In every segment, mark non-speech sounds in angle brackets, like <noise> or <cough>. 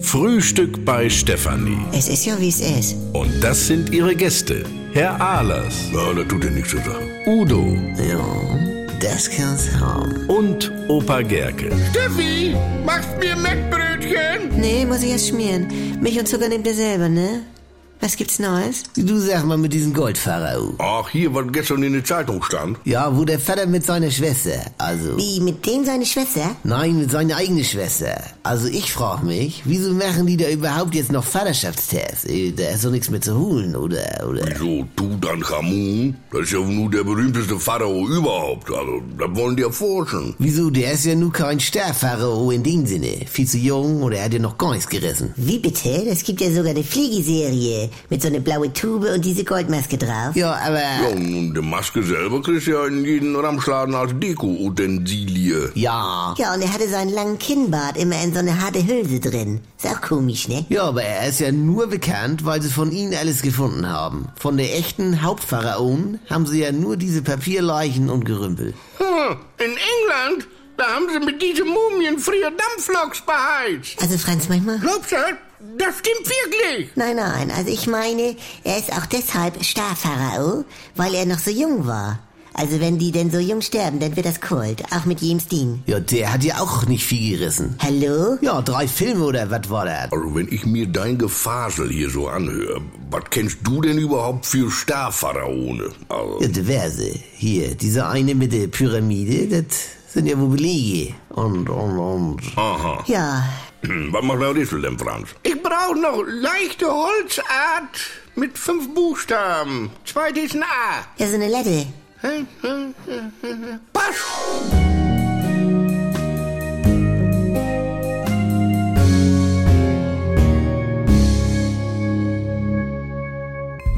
Frühstück bei Stefanie. Es ist ja, wie es ist. Und das sind ihre Gäste. Herr Ahlers, Ja, da tut er nichts zu sagen. Udo Ja, das kann's haben. und Opa Gerke. Steffi, machst mir Mettbrötchen? Nee, muss ich erst schmieren. Milch und Zucker nehmt ihr selber, ne? Was gibt's Neues? Du sag mal mit diesem Goldpharao. Ach, hier, was gestern in der Zeitung stand. Ja, wo der Vater mit seiner Schwester, also... Wie, mit dem seine Schwester? Nein, mit seiner eigenen Schwester. Also ich frag mich, wieso machen die da überhaupt jetzt noch Vaterschaftstests? Äh, Da ist doch nichts mehr zu holen, oder? oder? Wieso, Tutanchamun? Das ist ja nur der berühmteste Pharao überhaupt. Also, das wollen die ja forschen. Wieso, der ist ja nur kein Sterpharao in dem Sinne. Viel zu jung oder er hat ja noch gar nichts gerissen. Wie bitte? Das gibt ja sogar eine Fliegeserie. Mit so einer blaue Tube und diese Goldmaske drauf. Ja, aber... Ja, und die Maske selber kriegst du ja in jeden Ramschladen als Deko-Utensilie. Ja. Ja, und er hatte seinen langen Kinnbart immer in so eine harte Hülse drin. Ist auch komisch, ne? Ja, aber er ist ja nur bekannt, weil sie von ihm alles gefunden haben. Von der echten Hauptpharaon haben sie ja nur diese Papierleichen und Gerümpel. Hm, in England? Da haben sie mit diesen Mumien früher Dampfloks beheizt. Also Franz, manchmal... Glaubst du, das stimmt wirklich? Nein, nein, also ich meine, er ist auch deshalb Starpharao, weil er noch so jung war. Also wenn die denn so jung sterben, dann wird das Kult, auch mit James Dean. Ja, der hat ja auch nicht viel gerissen. Hallo? Ja, drei Filme oder was war das? Also, wenn ich mir dein Gefasel hier so anhöre, was kennst du denn überhaupt für Starpharaone? Also, Ja, diverse. Hier, dieser eine mit der Pyramide, das sind ja wohl Belege. Und, und, und. aha. <clears throat> Ja, Was macht der Rissel denn, Franz? Ich brauche noch leichte Holzart mit fünf Buchstaben. Zwei ist ein A. ja, so eine Lette. Hm, hm, hm, hm, hm. Pass!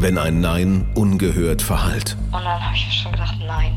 wenn ein Nein ungehört verhallt, Und dann habe ich mir schon gedacht, nein.